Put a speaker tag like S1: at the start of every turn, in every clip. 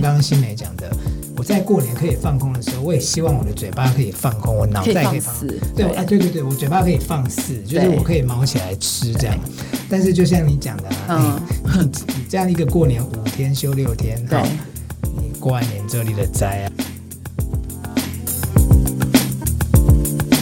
S1: 刚新梅讲的，我在过年可以放空的时候，我也希望我的嘴巴可以放空，我脑
S2: 可以
S1: 袋可
S2: 放
S1: 以放空。
S2: 肆，
S1: 对啊，对对对，我嘴巴可以放肆，就是
S2: 对
S1: 我可以毛起来吃这样。但是就像你讲的、啊，嗯、你你这样一个过年五天休六天，
S2: 对
S1: 好，你过完年之后你的灾啊。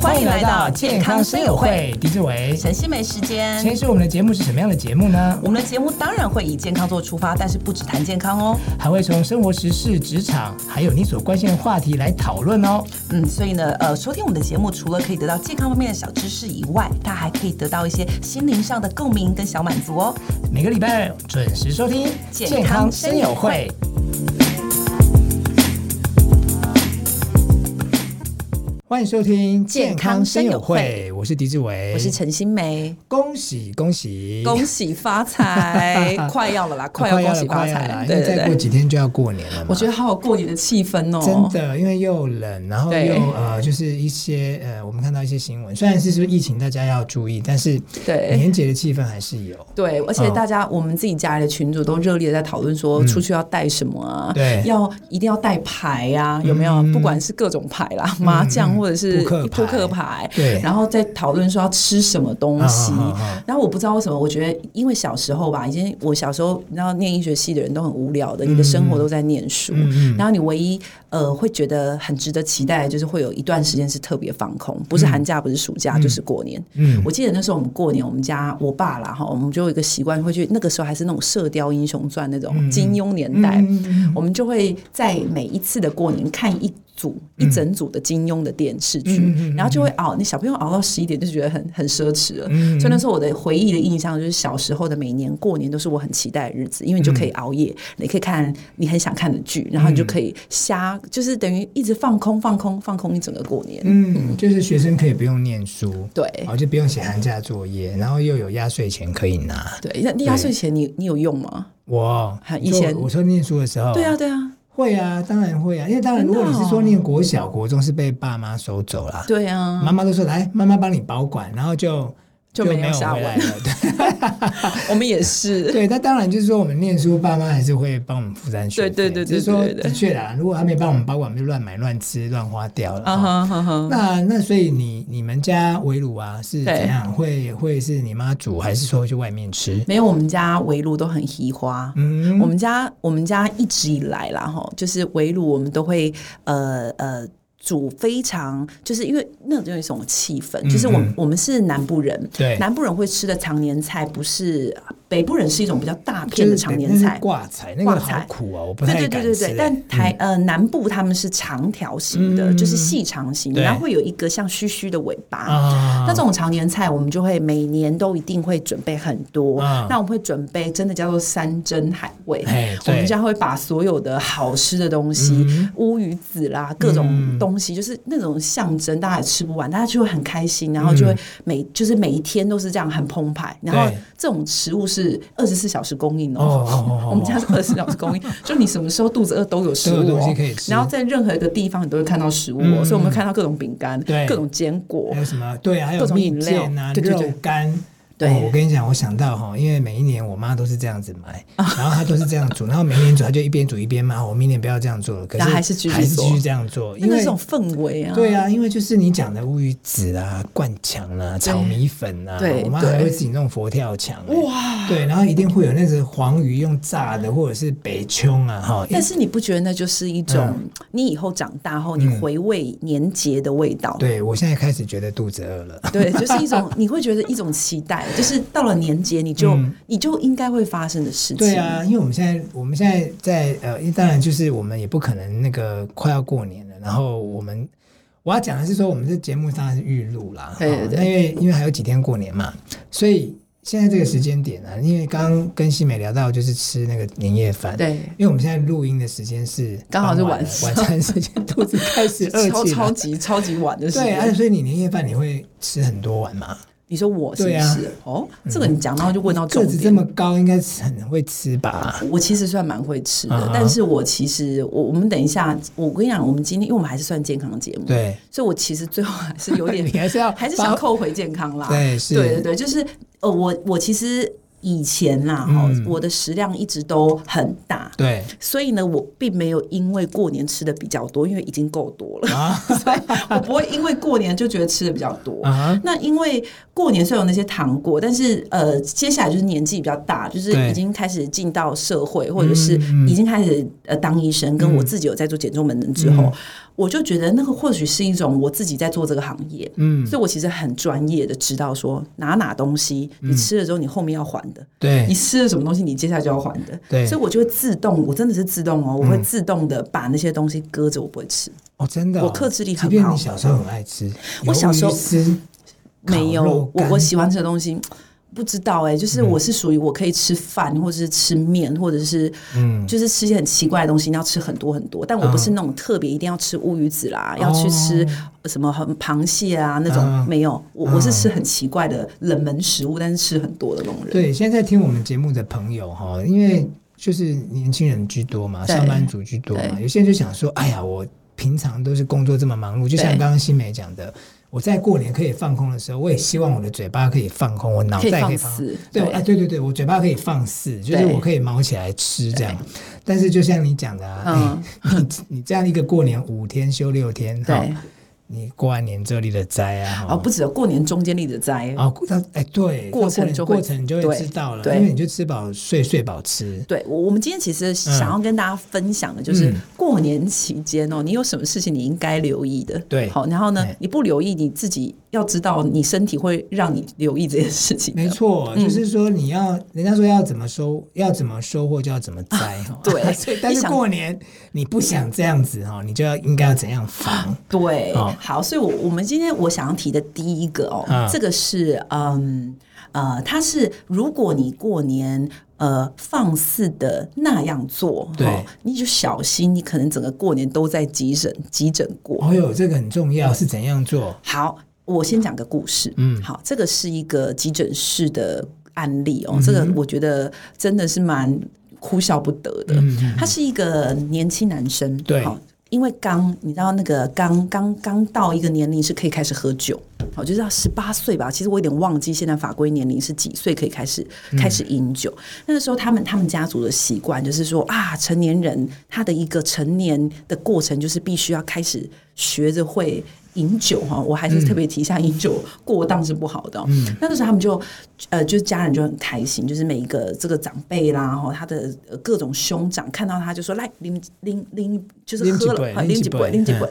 S2: 欢迎来到健康生友会，
S1: 狄志伟。
S2: 晨曦没时间。
S1: 先说我们的节目是什么样的节目呢？
S2: 我们的节目当然会以健康做出发，但是不只谈健康哦。
S1: 还会从生活时事、职场，还有你所关心的话题来讨论哦。
S2: 嗯，所以呢，呃，收听我们的节目，除了可以得到健康方面的小知识以外，它还可以得到一些心灵上的共鸣跟小满足哦。
S1: 每个礼拜二准时收听《
S2: 健康生友会》。
S1: 欢迎收听《健
S2: 健
S1: 康
S2: 康
S1: 生
S2: 生
S1: 友
S2: 友
S1: 会
S2: 会》，
S1: 我是狄志伟，
S2: 我是陈心梅，
S1: 恭喜恭喜
S2: 恭喜发财，快要了啦，快要恭喜发
S1: 快要了快要
S2: 财，
S1: 了
S2: 对
S1: 因为
S2: 对
S1: 再过
S2: 对。
S1: 几天就要过年了嘛
S2: 我。觉得好有过年的气氛哦，
S1: 真的，因为又冷，然后
S2: 对
S1: 又呃，就是一些呃，我们看到一些新闻，虽然是说疫情大家要注意，但是
S2: 对
S1: 年节的气氛还是有。
S2: 对，而且
S1: 嗯
S2: 大家、我们自己家里的群主都热烈地在讨论说，出去要带什么啊？
S1: 对
S2: 要一定要带牌啊，有没有？
S1: 嗯
S2: 不管是各种牌啦，麻将
S1: 嗯
S2: 或者是
S1: 扑克牌
S2: 扑克牌，
S1: 对
S2: 然后再讨论说要吃什么东西。
S1: 嗯嗯嗯嗯
S2: 然后我不知道为什么，我觉得因为小时候吧，以前我小时候，然后念医学系的人都很无聊的，你的生活都在念书，
S1: 嗯嗯
S2: 然后你唯一呃会觉得很值得期待，就是会有一段时间是特别放空，不是寒假，不是暑假，就是过年。
S1: 嗯
S2: 我记得那时候我们过年，我们家我爸啦哈，我们就有一个习惯，会去那个时候还是那种《射雕英雄传》那
S1: 嗯
S2: 种金庸年代，我们就会在每一次的过年看一。组一整组的金庸的电视剧，
S1: 嗯嗯嗯嗯
S2: 然后就会熬，你小朋友熬到十一点就觉得很很奢侈了。
S1: 嗯
S2: 所以那时候我的回忆的印象就是小时候的每年过年都是我很期待的日子，因为你就可以
S1: 嗯
S2: 熬夜，你可以看你很想看的剧，然后你就可以瞎，就是等于一直放空、放空、放空一整个过年。
S1: 嗯，就是学生可以不用念书，
S2: 对
S1: 然后就不用写寒假作业，然后又有压岁钱可以拿。
S2: 对，那压岁钱你你有用吗？
S1: 我
S2: 还
S1: 你说
S2: 以前
S1: 我说念书的时候，
S2: 对啊，，对啊，
S1: 会啊，当然会啊，因为当然如果你是说念国小、国中是被爸妈收走啦，
S2: 对啊，
S1: 妈妈都说来，妈妈帮你保管，然后就
S2: 就没
S1: 没
S2: 有
S1: 有
S2: 下
S1: 回
S2: 文
S1: 来了。对
S2: 我们也是，
S1: 对，那当然就是说，我们念书，爸妈还是会帮我们负担学费。
S2: 对对对
S1: 只
S2: 对
S1: 是说
S2: 对对
S1: 的确啦，如果他没帮我们保管，我们就乱买、乱吃、乱花掉了。
S2: 啊哈哈哈。
S1: 那那所以你你们家围炉啊是
S2: 对
S1: 怎样？会会是你妈煮，还是说去外面吃？
S2: 没有，我们家围炉都很移花。
S1: 嗯
S2: 我们家我们家一直以来啦，哈，就是围炉我们都会呃呃。煮非常就是因为那种有一种气氛，就是我
S1: 嗯
S2: 们我们是南部人，
S1: 对
S2: 南部人会吃的常年菜不是北部人是一种比较大
S1: 就
S2: 片
S1: 是
S2: 的常
S1: 那
S2: 年
S1: 是
S2: 菜，
S1: 挂菜，那
S2: 挂
S1: 个好
S2: 菜
S1: 苦啊，我不
S2: 对
S1: 太
S2: 对
S1: 敢吃、
S2: 对对对，但台、呃南部他们是长条形的，
S1: 嗯
S2: 就是细长型，
S1: 对
S2: 然后会有一个像须须的尾巴，
S1: 啊，
S2: 那种常年菜，我们就会每年都一定会准备很多。
S1: 嗯
S2: 那我们会准备真的叫做山珍海味
S1: 嘿，
S2: 我
S1: 对嗯
S2: 们家会把所有的好吃的东西，乌鱼子啦，各种东西，就是那种象征，大家也吃不完，大家就会很开心，然后就会每就是每一天都是这样很澎湃。然后
S1: 嗯对
S2: 这种食物是二十四小时供应
S1: 哦哦哦哦哦
S2: 哦，我们家是二十四小时供应， 就你什么时候肚子饿都有食物、哦，
S1: 都有东西可以吃
S2: 然后在任何一个地方你都会看到食物、哦，
S1: 嗯
S2: 所以我们会看到各种饼干，
S1: 对
S2: 各种坚果，
S1: 还有什么？对，啊还有
S2: 各种
S1: 蜜
S2: 饮料
S1: 饯啊，
S2: 对对对
S1: 肉干。
S2: 对
S1: 哦我跟你讲，我想到哈，因为每一年我妈都是这样子 买，然后她都是这样煮，然后每年煮，她就一边煮一边骂我明年不要这样做了，可是
S2: 然后还是继续
S1: 还是
S2: 做
S1: 继续这样做，
S2: 那
S1: 因
S2: 个
S1: 为
S2: 是种氛围啊，
S1: 对啊，因为就是你讲的乌鱼子啊、灌肠啊、炒米粉啊，
S2: 对
S1: 我妈还
S2: 对
S1: 会自己弄佛跳墙、欸
S2: 哇！
S1: 对，然后一定会有那个黄鱼用炸的，或者是北葱啊，哈，
S2: 但是你不觉得那就是一种
S1: 嗯
S2: 你以后长大后你回味年节的味道？
S1: 对我现在开始觉得肚子饿了，
S2: 对，就是一种 你会觉得一种期待，就是到了年节你就
S1: 嗯
S2: 你就应该会发生的事情。
S1: 对啊，因为我们现在我们现在在呃，因为当然就是我们也不可能那个快要过年了，然后我们我要讲的是说，我们这节目当然是预录啦，
S2: 对对
S1: 哦
S2: 对
S1: 那因为因为还有几天过年嘛，所以现在这个时间点啊，因为刚刚跟西美聊到就是吃那个年夜饭，
S2: 对
S1: 因为我们现在录音的时间是
S2: 刚好是
S1: 傍晚
S2: 晚
S1: 了
S2: 上
S1: 晚餐时间，肚子开 始饿
S2: 超
S1: 起
S2: 超
S1: 来。
S2: 级超级晚的时
S1: 对，而且
S2: 间，
S1: 所以你年夜饭你会吃很多碗吗？
S2: 你说我是不
S1: 对啊
S2: 是？哦，这个你讲到就问到重
S1: 个子这
S2: 点。
S1: 么高，应该是很会吃吧？
S2: 我其实算蛮会吃的
S1: 啊哈
S2: 但是我其实我我们等一下，我我跟你讲，我们今天因为我们还是算健康节目，
S1: 对，
S2: 所以我其实最后还是有点
S1: 你还是要
S2: 还是想
S1: 把
S2: 扣回健康啦。
S1: 对是
S2: 对对对，就是呃，我我其实。以前啦，哈、
S1: 嗯
S2: 我的食量一直都很大，
S1: 对
S2: 所以呢，我并没有因为过年吃的比较多，因为已经够多了，
S1: 啊
S2: 所以我不会因为过年就觉得吃的比较多。
S1: 啊哈
S2: 那因为过年虽然有那些糖果，但是呃，接下来就是年纪比较大，就是
S1: 对
S2: 已经开始进到社会，或者是
S1: 嗯嗯
S2: 已经开始呃当医生，跟我自己有在做减重门诊之后，
S1: 嗯
S2: 我就觉得那个或许是一种我自己在做这个行业，
S1: 嗯，
S2: 所以我其实很专业的知道说哪哪东西
S1: 嗯
S2: 你吃了之后你后面要还的，你
S1: 对
S2: 吃了什么东西你接下来就要还的，
S1: 对嗯
S2: 所以我就会自动，我真的是自动哦，我会自动的把那些东西搁着，我不会吃。
S1: 哦，真的哦，
S2: 我克制力很
S1: 即便
S2: 好
S1: 你小时候很爱吃，
S2: 我小时候
S1: 鱿鱼丝
S2: 没有，
S1: 烤肉
S2: 我
S1: 干嗯
S2: 我喜欢吃的东西不知道哎、就是我是属于我可以吃饭，或者是吃面，或者是
S1: 嗯
S2: 就是吃一些很奇怪的东西，你要吃很多很多。但我不是那种特别一定要吃乌鱼子啦，要去吃什么很螃蟹啊那种，
S1: 哦嗯
S2: 没有。我
S1: 嗯
S2: 我是吃很奇怪的冷门食物，但是吃很多的那种人。
S1: 对，现在听我们节目的朋友哈，因为就是年轻人居多嘛，
S2: 对
S1: 上班族居多嘛，
S2: 对
S1: 有些人就想说，哎呀，我平常都是工作这么忙碌，就像
S2: 对
S1: 刚刚新梅讲的，我在过年可以放空的时候，我也希望我的嘴巴可以放空，我脑
S2: 可以
S1: 袋也可以
S2: 放
S1: 放空。
S2: 肆，
S1: 对，哎，对对对，我嘴巴可以放肆，就是
S2: 对
S1: 我可以毛起来吃这样。但是就像你讲的
S2: 嗯
S1: 啊，哎 你你这样一个过年五天休六天，哈
S2: 对，
S1: 你过完年之后立的灾啊，哈
S2: 哦，不止有过年中间立的灾，
S1: 哦，过它哎，对，
S2: 过程
S1: 到
S2: 就会
S1: 过程就会
S2: 对
S1: 知道了，
S2: 对
S1: 因为你就吃饱睡，睡饱吃。
S2: 对，我我们今天其实想要跟大家分享的就是
S1: 嗯
S2: 过年期间哦，你有什么事情你应该留意的？
S1: 对
S2: 好，然后呢
S1: 哎，
S2: 你不留意，你自己要知道，你身体会让你留意这件事情的。
S1: 没错，
S2: 嗯
S1: 就是说你要，人家说要怎么收，要怎么收获就要怎么栽。哦
S2: 啊对
S1: 所以但
S2: 你
S1: 是
S2: 想
S1: 过年你不想这样子哈，你就要应该要怎样
S2: 啊
S1: 防？
S2: 对，
S1: 哦
S2: 好，所以我，我们今天我想要提的第一个哦，
S1: 嗯
S2: 这个是嗯呃，它是如果你过年呃放肆的那样做，
S1: 对
S2: 哦，你就小心，你可能整个过年都在急诊急诊过。
S1: 哦哟，这个很重要，是怎样做？
S2: 好，我先讲个故事。
S1: 哦嗯
S2: 嗯，好，这个是一个急诊室的案例
S1: 嗯
S2: 哦，这个我觉得真的是蛮哭笑不得的。
S1: 嗯嗯
S2: 他是一个年轻男生，
S1: 对
S2: 好因为刚你知道那个刚刚刚到一个年龄是可以开始喝酒，好，就是要十八岁吧。其实我有点忘记现在法规年龄是几岁可以开始开始饮酒。那个时候他们他们家族的习惯就是说啊，成年人他的一个成年的过程就是必须要开始学着会。饮酒哈，我还是特别提一下，饮酒过当是不好的哦、那个时候他们就，呃，就是家人就很开心，就是每一个这个长辈啦，哈，他的呃各种兄长看到他就说来拎拎拎，就是
S1: 拎几
S2: 喝了
S1: 杯
S2: 啊
S1: 拎
S2: 拎
S1: 几
S2: 几
S1: 杯
S2: 杯拎几
S1: 嗯
S2: 杯，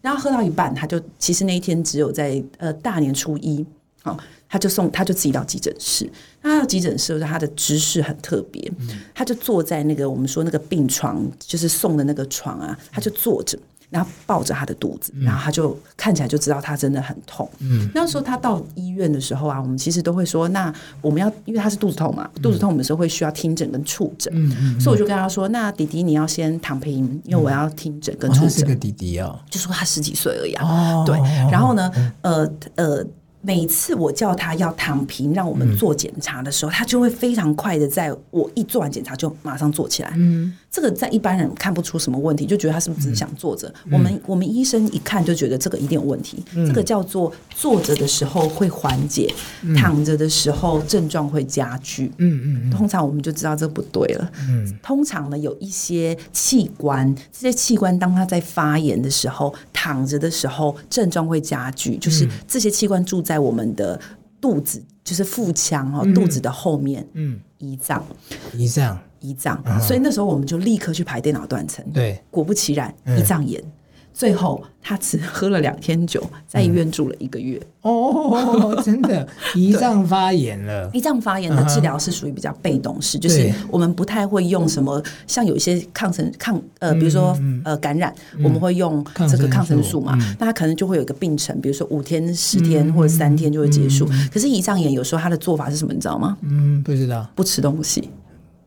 S2: 然后喝到一半，他就其实那一天只有在呃大年初一，好、他就送他就自己到急诊室。那到急诊室的时候，他的姿势很特别，
S1: 嗯
S2: 他就坐在那个我们说那个病床，就是送的那个床啊，他就坐着。然后抱着他的肚
S1: 嗯
S2: 子，然后他就看起来就知道他真的很痛。嗯，那时候他到医院的时候啊，我们其实都会说，那我们要因为他是肚子痛嘛，肚子痛我们有时候会需要听诊跟触诊。嗯嗯，所以我就跟他说，那弟弟你要先躺平，因为我要听诊跟
S1: 哦
S2: 触
S1: 他
S2: 诊。
S1: 是个弟弟哦。
S2: 就说他十几岁而已啊。
S1: 哦，
S2: 对
S1: 哦，
S2: 然后呢，呃呃，每次我叫他要躺平，让我们做检查的时候，他就会非常快的，在我一做完检查就马上坐起来。嗯，这个在一般人看不出什么问题，就觉得他是不是只是想坐着。
S1: 嗯
S2: 我们我们医生一看就觉得这个一定有问题。这个叫做坐着的时候会缓解，躺着的时候症状会加剧。
S1: 嗯嗯嗯嗯，
S2: 通常我们就知道这不对了。嗯，通常呢，有一些器官，这些器官当它在发炎的时候，躺着的时候，症状会加剧，就是
S1: 嗯
S2: 这些器官住在我们的肚子，就是腹腔哦，肚子的后面，
S1: 嗯，
S2: 胰脏，
S1: 以上
S2: 胰脏。所以那时候我们就立刻去排电脑断层。
S1: 啊对，
S2: 果不其然，
S1: 嗯
S2: 胰脏炎。最后，他只喝了两天酒，在医
S1: 嗯
S2: 院住了一个月。
S1: 哦，真 的，胰脏发炎了，
S2: 胰脏发炎
S1: 嗯
S2: 的治疗是属于比较被动式，就是我们不太会用什么，像有一些抗生抗呃，
S1: 嗯
S2: 比如说呃感染，我们会用这个
S1: 抗
S2: 抗
S1: 生素嗯
S2: 生素嘛，那它可能就会有一个病程，比如说五天、十天或者三天就会结束。可是胰脏炎有时候它的做法是什么，你知道吗？
S1: 嗯，不知道，
S2: 不吃东西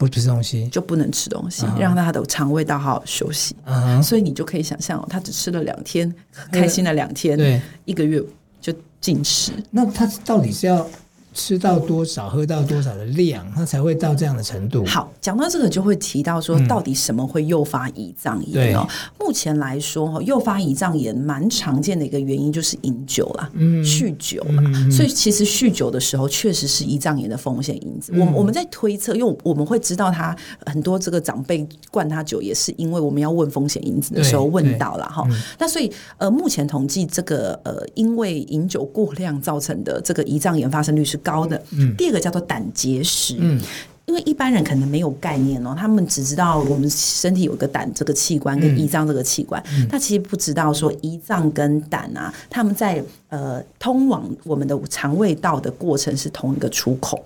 S1: 不吃东西，
S2: 就不能吃东
S1: 啊
S2: 西，让它的肠胃道好好休息。
S1: 嗯哼，
S2: 所以你就可以想象哦，他只吃了两天，开心了两天，
S1: 呃对，
S2: 一个月就禁食。
S1: 那他到底是要吃到多少、喝到多少的量，它才会到这样的程度。
S2: 好，讲到这个就会提到
S1: 嗯
S2: 说，到底什么会诱发胰脏炎哦？目前来说，哈，诱发胰脏炎蛮常见的一个原因就是饮酒啦，
S1: 嗯
S2: 酗酒啦。所以其实酗酒的时候，确实是胰脏炎的风险因
S1: 嗯
S2: 子。我们我们在推测，因为我们会知道他很多这个长辈灌他酒，也是因为我们要问风险因子的时候
S1: 对
S2: 问
S1: 对嗯
S2: 到了哈。那所以呃，目前统计这个呃，因为饮酒过量造成的这个胰脏炎发生率是高的。第二个叫做胆结石。
S1: 嗯
S2: 因为一般人可能没有概念哦，他们只知道我们身体有一个胆这个器官跟胰脏这个器官，他其实不知道说胰脏跟胆啊，他们在呃通往我们的肠胃道的过程是同一个出口，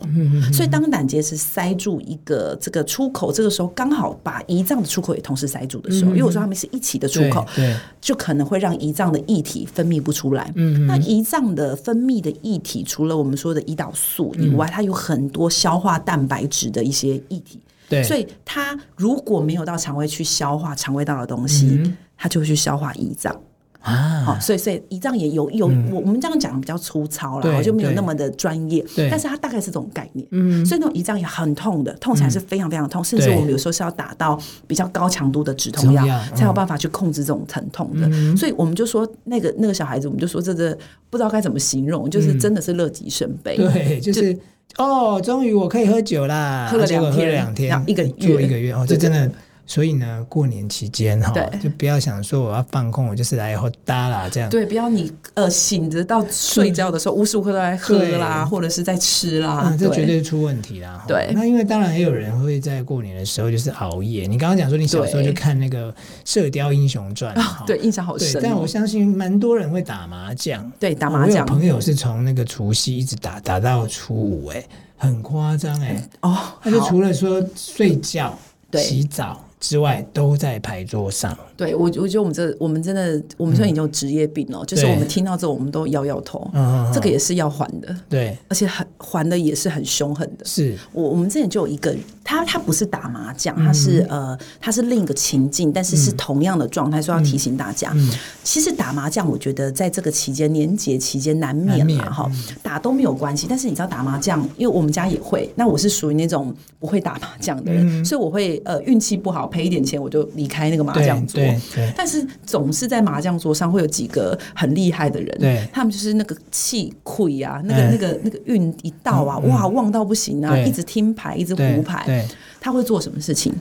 S2: 所以当胆结石塞住一个这个出口，这个时候刚好把胰脏的出口也同时塞住的时候，因为我说他们是一起的出
S1: 对
S2: 口，
S1: 对，
S2: 就可能会让胰脏的液体分泌不出来。
S1: 嗯
S2: 那胰脏的分泌的液体，除了我们说的胰岛素以外，它有很多消化蛋白质的一些液体，
S1: 对，
S2: 所以它如果没有到肠胃去消化肠胃道的东西，
S1: 嗯
S2: 它就会去消化胰脏。
S1: 啊，
S2: 好、所以所以胰脏也有有，我我们这样讲比较粗糙
S1: 嗯
S2: 啦，
S1: 对
S2: 我就没有
S1: 对
S2: 那么的专业，
S1: 对
S2: 但是它大概是这种概念。嗯，所以那种胰脏也很痛的，痛起来是非常非常痛，甚
S1: 嗯
S2: 至
S1: 对
S2: 我们有时候是要打到比较高强度的止痛药
S1: 止痛药
S2: 才有办法去控制这种疼痛的。
S1: 嗯
S2: 所以我们就说那个那个小孩子，我们就说这个不知道该怎么形容，就是真的是乐极生悲。
S1: 嗯对，就是哦，终于我可以喝酒啦，
S2: 嗯喝了
S1: 结果
S2: 两
S1: 喝
S2: 天
S1: 了两
S2: 然后
S1: 天，
S2: 一个
S1: 住
S2: 月
S1: 一个月哦，
S2: 对
S1: 这真的。所以呢，过年期间哈
S2: 对，
S1: 就不要想说我要放空，我就是来喝哒啦这样。
S2: 对，不要你呃醒着到睡觉的时候无时无刻都在喝啦，
S1: 对
S2: 或者是在吃啦，
S1: 嗯，这绝对是出问题啦。哈
S2: 啊对
S1: 那因为当然也有人会在过年的时候就是熬夜。你刚刚讲说你小时候就
S2: 对
S1: 看那个《射雕英雄传》哈，
S2: 对印象好
S1: 对
S2: 深、哦。
S1: 但我相信蛮多人会打麻将。
S2: 对打
S1: 哦我
S2: 麻
S1: 有
S2: 将
S1: 朋友是从那个除夕一直打打到初五、哎，很夸张哎。
S2: 哦，
S1: 他就
S2: 好
S1: 除了说睡觉、
S2: 对
S1: 洗澡之外，都在牌桌上。
S2: 对我，我觉得我们这我们真的，我们虽然已经有职业病哦，就是我们听到这，我们都摇摇头。
S1: 嗯，嗯嗯
S2: 这个也是要还的，
S1: 对，
S2: 而且很还的也是很凶狠的。
S1: 是
S2: 我我们之前就有一个，他他不是打麻将，
S1: 嗯
S2: 他是、呃，他是另一个情境，但是是同样的状态，说要提醒大家。
S1: 嗯
S2: 其实打麻将，我觉得在这个期间年节期间难免
S1: 难免嗯
S2: 嘛哈，打都没有关系。但是你知道打麻将，因为我们家也会，那我是属于那种不会打麻将的人，
S1: 嗯
S2: 所以我会呃运气不好赔一点钱，我就离开那个麻
S1: 对
S2: 将桌。
S1: 对对
S2: 但是总是在麻将桌上会有几个很厉害的人，
S1: 对
S2: 他们就是那个气亏啊，那个、
S1: 嗯
S2: 那个那个运一到啊，哇，旺到不行啊，
S1: 对
S2: 一直听牌，一直
S1: 对
S2: 胡牌，
S1: 对，
S2: 他会做什么事情，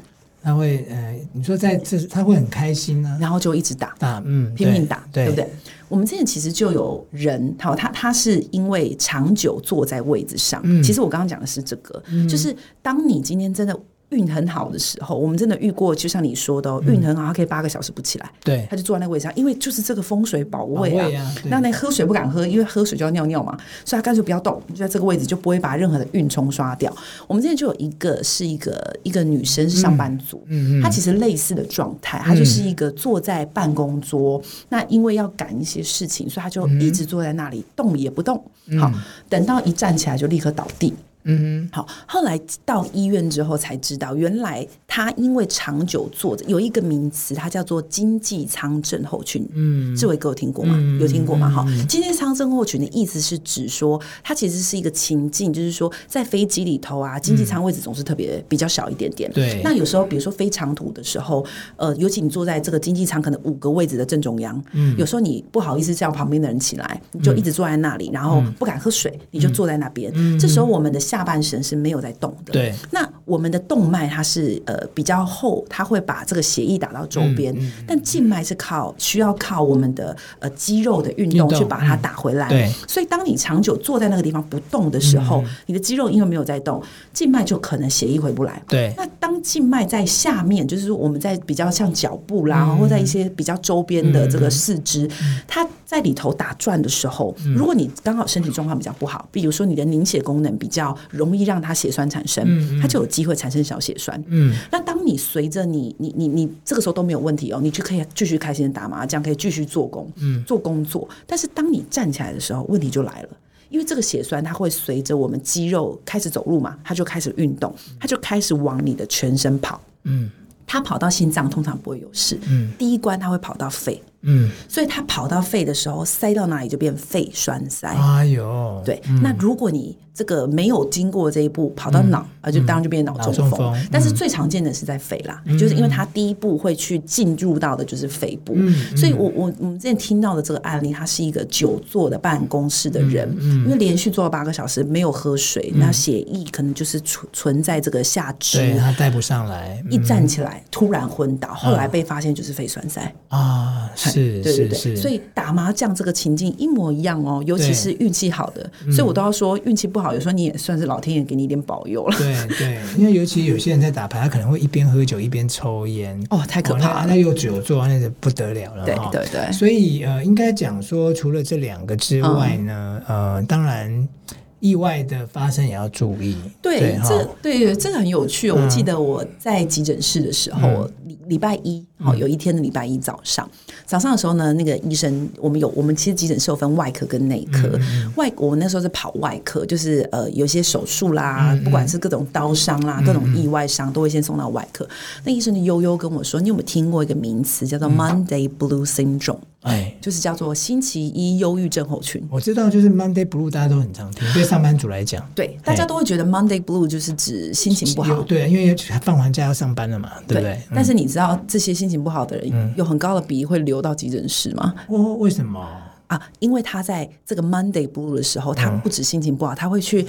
S1: 他会呃，你说在这，他会很开心啊，
S2: 然后就一直打。
S1: 打嗯，
S2: 拼命打，
S1: 对
S2: 不对？我们之前其实就有人，好，他他是因为长久坐在位子上。
S1: 嗯
S2: 其实我刚刚讲的是这个，就是当你今天真的运很好的时候，我们真的遇过，就像你说的、哦，运很好，他可以八个小时不起来，
S1: 对
S2: 他就坐在那位置上，因为就是这个风水保卫
S1: 保
S2: 啊。
S1: 卫啊对
S2: 那那喝水不敢喝，因为喝水就要尿尿嘛，所以他干脆不要动，就在这个位置就不会把任何的运冲刷掉。我们之前就有一个是一个一个女生是上班族，
S1: 嗯
S2: 她其实类似的状态，她就是一个坐在办公桌，那因为要赶一些事情，所以她就一直坐在那里、动也不动。好，等到一站起来就立刻倒地。
S1: 嗯
S2: 好，后来到医院之后才知道，原来他因为长久坐着，有一个名词，它叫做经济舱症候群。嗯，志伟哥有听过吗？有听过吗？哈、经济舱症候群的意思是指说，它其实是一个情境，就是说在飞机里头啊，经济舱位置总是特别比较小一点点。
S1: 对
S2: 那有时候比如说飞长途的时候，呃，尤其你坐在这个经济舱可能五个位置的正中央，嗯，有时候你不好意思叫旁边的人起来，你就一直坐在那里，然后不敢喝水，你就坐在那边。这时候我们的下半身是没有在动的。
S1: 对，
S2: 那我们的动脉它是呃比较厚，它会把这个血液打到周
S1: 嗯
S2: 边，但静脉是靠需要靠我们的呃肌肉的运动
S1: 运动嗯
S2: 去把它打回来。
S1: 对嗯
S2: 所以当你长久坐在那个地方不动的时候，你的肌肉因为没有在动，静脉就可能血液回不来。
S1: 对
S2: 那当静脉在下面，就是说我们在比较像脚部啦，或在一些比较周边的这个四肢，它在里头打转的时候，如果你刚好身体状况比较不好，比如说你的凝血功能比较容易让它血栓产生，它就有机会产生小血栓。
S1: 嗯，
S2: 那当你随着你你你你这个时候都没有问题哦，你就可以继续开心的打麻将，可以继续做工，嗯，做工作。但是当你站起来的时候，问题就来了。因为这个血栓，它会随着我们肌肉开始走路嘛，它就开始运动，它就开始往你的全身跑。它跑到心脏通常不会有事，第一关它会跑到肺，
S1: 嗯，
S2: 所以它跑到肺的时候，塞到哪里就变肺栓塞。
S1: 哎呦，
S2: 对，
S1: 嗯
S2: 那如果你这个没有经过这一步，跑到脑啊，就当然就变脑中
S1: 嗯脑中
S2: 风
S1: 风。嗯
S2: 但是最常见的是在肺啦，就是因为它第一步会去进入到的就是肺部，
S1: 嗯
S2: 所以我我我们之前听到的这个案例，他是一个久坐的办公室的人，
S1: 嗯
S2: 因为连续坐了八个小时没有喝水，那血液可能就是存存在这个下
S1: 对
S2: 肢。
S1: 他带不上来，
S2: 一
S1: 嗯
S2: 站起来突然昏倒，后来被发现就是肺栓塞。
S1: 啊，是
S2: 对对
S1: 是
S2: 对，
S1: 是，
S2: 所以打麻将这个情境一模一样哦，尤其
S1: 对
S2: 是运气好的，所以我都要说运气不好，有时候你也算是老天爷给你一点保佑 了。
S1: 对对，因为尤其有些人在打牌，他可能会一边喝酒一边抽烟，
S2: 哦，太可怕
S1: 哇那
S2: 了！
S1: 那又久坐，那就不得了了。
S2: 对
S1: 哈
S2: 对对
S1: 所以呃，应该讲说，除了这两个之外呢，
S2: 嗯
S1: 呃，当然意外的发生也要注意。
S2: 对，
S1: 哈
S2: 这对这个很有趣哦。
S1: 嗯
S2: 我记得我在急诊室的时候，礼礼拜一，
S1: 嗯
S2: 好有一天的礼拜一早上，早上的时候呢，那个医生，我们有我们其实急诊室有分外科跟内科，
S1: 嗯
S2: 外我那时候是跑外科，就是呃有一些手术啦，
S1: 嗯
S2: 不管是各种刀伤啦、各种意外伤，都会先送到外科。那医生就悠悠跟我说：“你有没有听过一个名词叫做
S1: 嗯
S2: Monday Blue Syndrome？”
S1: 哎，
S2: 就是叫做星期一忧郁症候群。
S1: 我知道，就是 Monday Blue 大家都很常听，
S2: 啊
S1: 对上班族来讲，
S2: 对，大家
S1: 嘿
S2: 都会觉得 Monday Blue 就是指心情不好
S1: 有，对，因为放完假要上班了嘛，对不嗯对？
S2: 但是你知道这些心情不好的人、有很高的比例会流到急诊室吗？
S1: 哦，为什么？
S2: 啊，因为他在这个 Monday Blue 的时候，
S1: 嗯
S2: 他不止心情不好，他会去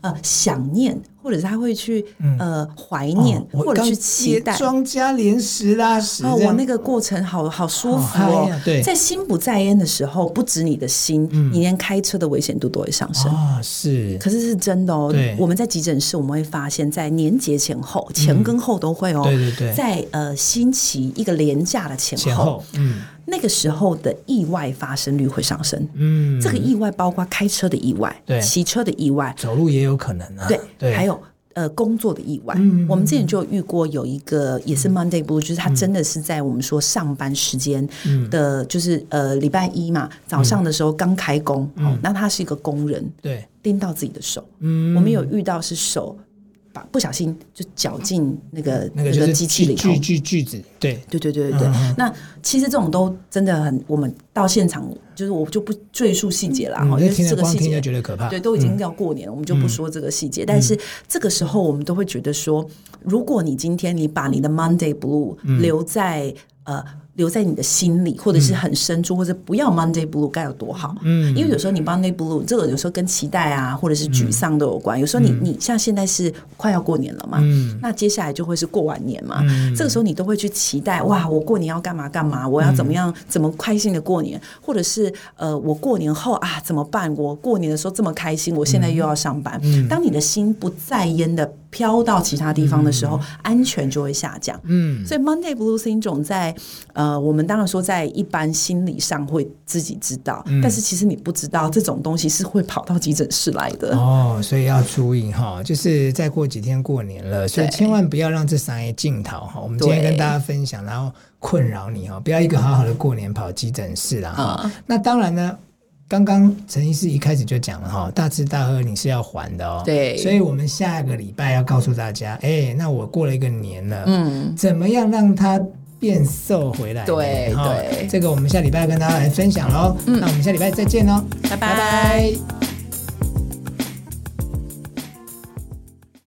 S2: 呃想念，或者是他会去、呃怀念，
S1: 嗯哦我
S2: 或者
S1: 刚
S2: 去期
S1: 接
S2: 待。
S1: 庄家连食啦，食
S2: 哦，
S1: 这
S2: 我
S1: 样
S2: 那个过程好好舒服
S1: 好
S2: 哦
S1: 嗨呀！对嗯
S2: 在心不在焉的时候，不止你的心，你连开车的危险度都会上升。
S1: 啊、是
S2: 可是是真的哦
S1: 对，嗯
S2: 我们在急诊室我们会发现，在年节前后、前跟后都会哦。
S1: 对对对
S2: 在呃星期一个连假的前后，
S1: 前后，嗯
S2: 那个时候的意外发生率会上升。
S1: 嗯，
S2: 这个意外包括开车的意外
S1: 对、
S2: 骑车的意外，
S1: 走路也有可能啊，
S2: 对，
S1: 对，嗯
S2: 还有。呃，工作的意外，我们之前就有遇过有一个也是 Monday Blue，就是他真的是在我们说上班时间
S1: 嗯
S2: 的，就是呃礼拜一嘛，早上的时候刚开工，
S1: 嗯
S2: 哦，那他是一个工人，
S1: 对，
S2: 拎到自己的手，
S1: 嗯
S2: 我们有遇到是手把不小心就绞进那个
S1: 那个就是嗯
S2: 机器里头
S1: 句，句句子，对，
S2: 对对对对对。那其实这种都真的很，我们到现场就是我就不赘述细节啦，哈、
S1: 我
S2: 哦
S1: 就
S2: 因为
S1: 嗯听
S2: 这
S1: 着
S2: 个
S1: 光
S2: 细
S1: 听就
S2: 节
S1: 觉得可怕，
S2: 对，都已经要过年了，我们就不说这个细节。但是这个时候，我们都会觉得说，如果你今天你把你的 Monday Blue 留在、呃留在你的心里，或者是很深处，或者不要 Monday Blue 该有多好？嗯，因为有时候你 Monday Blue 这个有时候跟期待啊，或者是沮丧都有关。有时候你你像现在是快要过年了嘛，那接下来就会是过完年嘛，这个时候你都会去期待哇，我过年要干嘛干嘛，我要怎么样、怎么开心的过年，或者是呃，我过年后啊怎么办？我过年的时候这么开心，我现在又要上班。当你的心不在焉的飘到其他地方的时候，安全就会下降。
S1: 嗯，
S2: 所以 Monday Blue Syndrome 在呃，我们当然说在一般心理上会自己知道，但是其实你不知道这种东西是会跑到急诊室来的。
S1: 哦，所以要注意哈，就是再过几天过年了，所以
S2: 对
S1: 千万不要让这三个镜头哈。我们今天
S2: 对
S1: 跟大家分享，然后困扰你哦哈，不要一个好好的过年跑急诊室啦哈。
S2: 啊
S1: 那当然呢，刚刚陈医师一开始就讲了哈，大吃大喝你是要还的哦。
S2: 对
S1: 所以我们下个礼拜要告诉大家，哎、那我过了一个年了，
S2: 嗯，
S1: 怎么样让它变瘦回来呢？
S2: 对
S1: 哈
S2: 对嗯
S1: 哦这个我们下礼拜要跟大家来分享喽。那我们下礼拜再见喽，
S2: 拜拜